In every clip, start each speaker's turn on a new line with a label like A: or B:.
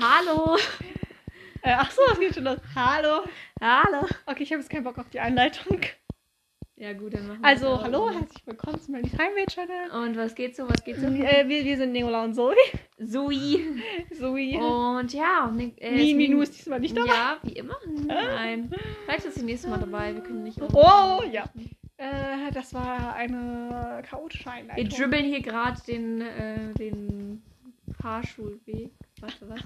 A: Hallo.
B: Äh, ach so, es geht schon los. Hallo.
A: Hallo.
B: Okay, ich habe jetzt keinen Bock auf die Einleitung.
A: Ja, gut, dann machen wir
B: Also,
A: das
B: hallo,
A: auch.
B: herzlich willkommen zum Melanie Heimweh Channel.
A: Und was geht so? Was geht so?
B: Äh, wir, wir sind Nicola und Zoe.
A: Zoe.
B: Zoe.
A: Und ja. Ne, äh,
B: Mi,
A: es-
B: Minu ist diesmal nicht dabei.
A: Ja, wie immer. Nein. Vielleicht ist sie nächstes Mal dabei. Wir können nicht.
B: Oh, ja. Äh, das war eine chaotische Einleitung.
A: Wir dribbeln hier gerade den, äh, den Fahrschulweg. Was,
B: Was?
A: was? Weißt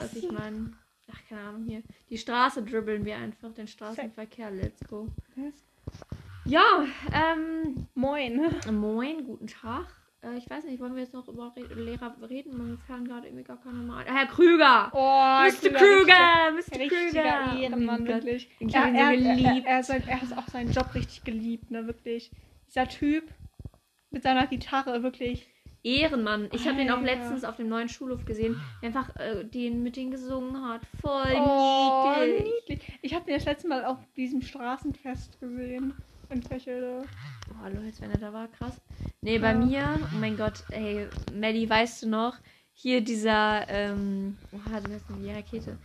A: du, was ich meine? Ach, keine Ahnung hier. Die Straße dribbeln wir einfach, den Straßenverkehr. Let's go. Ja, ähm,
B: Moin.
A: moin, guten Tag. Äh, ich weiß nicht, wollen wir jetzt noch über Re Lehrer reden? Man kann gerade irgendwie gar keiner mal. Ah, Herr Krüger!
B: Oh,
A: Mr.
B: Krüger,
A: Krüger!
B: richtig-
A: Mr. Krüger!
B: Richtiger
A: Oh
B: Ehrenmann,
A: mein Gott.
B: wirklich.
A: Ich
B: Ja,
A: hab ihn so
B: er, er,
A: geliebt.
B: er, ist halt- er hat auch seinen Job richtig geliebt, ne, wirklich. Dieser Typ mit seiner Gitarre, wirklich.
A: Ehrenmann. Ich habe den auch
B: Alter.
A: letztens auf dem neuen Schulhof gesehen, der einfach äh, den mit denen gesungen hat. Voll
B: Oh,
A: niedlich.
B: niedlich. Ich habe ihn das letzte Mal auf diesem Straßenfest gesehen. In Fächelde.
A: Boah, Oh, Leute, wenn er da war, krass. Nee, bei
B: Ja.
A: mir, oh mein Gott, ey, Melli, weißt du noch, hier dieser, ähm, oha, du hast die Rakete.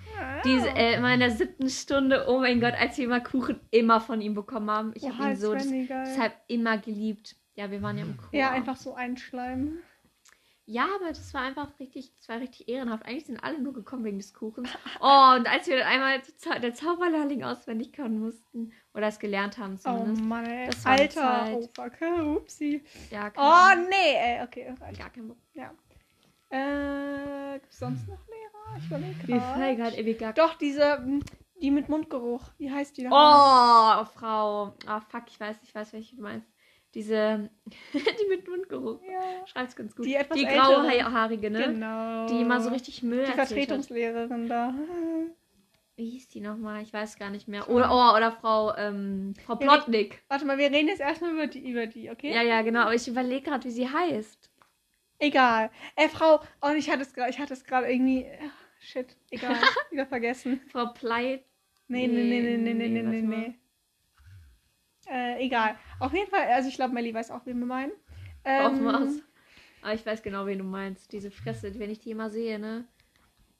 A: Diese, äh, immer in der siebten Stunde, oh mein Gott, als wir immer Kuchen immer von ihm bekommen haben. Ich habe ihn so des-
B: Oh, geil.
A: deshalb immer geliebt. Ja, wir waren ja im Chor.
B: Ja, einfach so einschleimen.
A: Ja, aber das war einfach richtig, das war richtig ehrenhaft. Eigentlich sind alle nur gekommen wegen des Kuchens. Oh, und als wir dann einmal zu Zau- der Zauberlehrling auswendig können mussten, oder es gelernt haben
B: Oh
A: zumindest.
B: Mann, ey.
A: Das war eine
B: Alter.
A: Zeit. Mhm.
B: Oh fuck. Upsi.
A: Ja, keine
B: Oh
A: Ahnung.
B: nee, ey. Okay, reicht.
A: Gar kein Bock.
B: Äh, gibt's sonst noch Lehrer? Ich überlege
A: Mir fallen gerade
B: gerade.
A: ewig gar
B: Doch, diese, m, die mit Mundgeruch. Wie heißt die nochmal?
A: Oh, Frau. Ah, fuck, ich weiß, ich weiß, welche du meinst. Diese, die mit Mundgeruch.
B: Ja.
A: Schreibt's ganz gut.
B: Die etwas ältere.
A: grauhaarige, Oh, ne?
B: Genau.
A: Mhm. Die immer so richtig Müll
B: Die
A: erzählt hat.
B: Vertretungslehrerin da.
A: Wie hieß die nochmal? Ich weiß gar nicht mehr. Oder, oh, oder Frau, ähm, Frau
B: Ja,
A: Plotnick.
B: Warte mal, wir reden jetzt erstmal über die, über die, okay?
A: Ja, ja, genau. Aber ich überlege gerade, wie sie heißt.
B: Egal. Ey, Frau, und ich hatte es gerade, ich hatte es gerade irgendwie. ach, Shit, egal. wieder vergessen.
A: Frau Pleit.
B: Nee, nee, nee, nee, nee, nee, nee, nee,
A: warte
B: nee. Äh, egal. Auf jeden Fall, also ich glaube, Melli weiß auch, wen wir meinen.
A: Ähm, was. Aber ich weiß genau, wen du meinst. Diese Fresse, die- wenn ich die immer sehe, ne?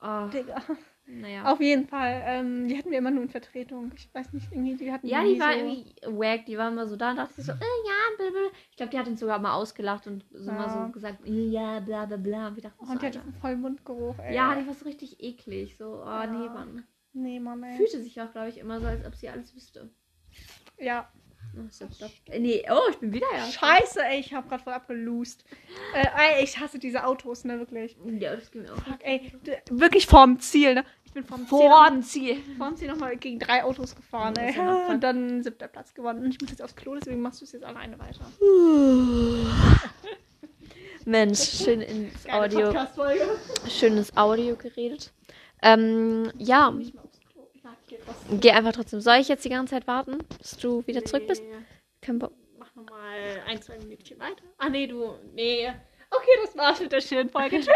A: Oh,
B: Digga.
A: naja.
B: Auf jeden Fall. Ähm, die hatten wir immer nur in Vertretung. Ich weiß nicht, irgendwie, die hatten
A: Ja, die
B: nie
A: war
B: so-
A: irgendwie wack, die war immer so da und dachte sich so, äh, ja, bla, bla. Ich glaube, die hat uns sogar mal ausgelacht und so
B: Ja.
A: mal so gesagt, äh, ja, bla bla bla. Und wir dachten so,
B: Oh, Und die hatte
A: Alter.
B: einen vollen Mundgeruch, ey.
A: Ja, die war so richtig eklig. So, oh
B: Ja.
A: nee, Mann.
B: Nee, Mann, ey.
A: Fühlte sich auch, glaube ich, immer so, als ob sie alles wüsste.
B: Ja.
A: Oh, stopp, stopp. Äh, Nee, oh, ich bin wieder ja.
B: Scheiße, ey, ich hab grad voll abgeloost. Äh, ey, ich hasse diese Autos, ne, wirklich.
A: Ja, das ging mir auch.
B: Fuck, ey. D wirklich vorm Ziel, ne? Ich bin vorm Ziel.
A: Ziel.
B: Vorm Ziel nochmal gegen drei Autos gefahren,
A: Ja, das
B: ey.
A: ist ja noch
B: Und dann siebter Platz gewonnen. Und ich muss jetzt aufs Klo, deswegen machst du es jetzt alleine weiter.
A: Mensch, schön ins
B: Geile
A: Audio,
B: Podcast-Folge.
A: schönes Audio geredet. Ähm, ja,
B: Nicht mal aufs Klo. Ja, geht was.
A: geh einfach trotzdem. Soll ich jetzt die ganze Zeit warten, bis du wieder zurück bist?
B: Nee.
A: Kein Bock.
B: Mach nochmal ein, zwei Minütchen weiter. Ah, nee, du. Nee. Okay, das war's mit der schönen Folge. Tschüss.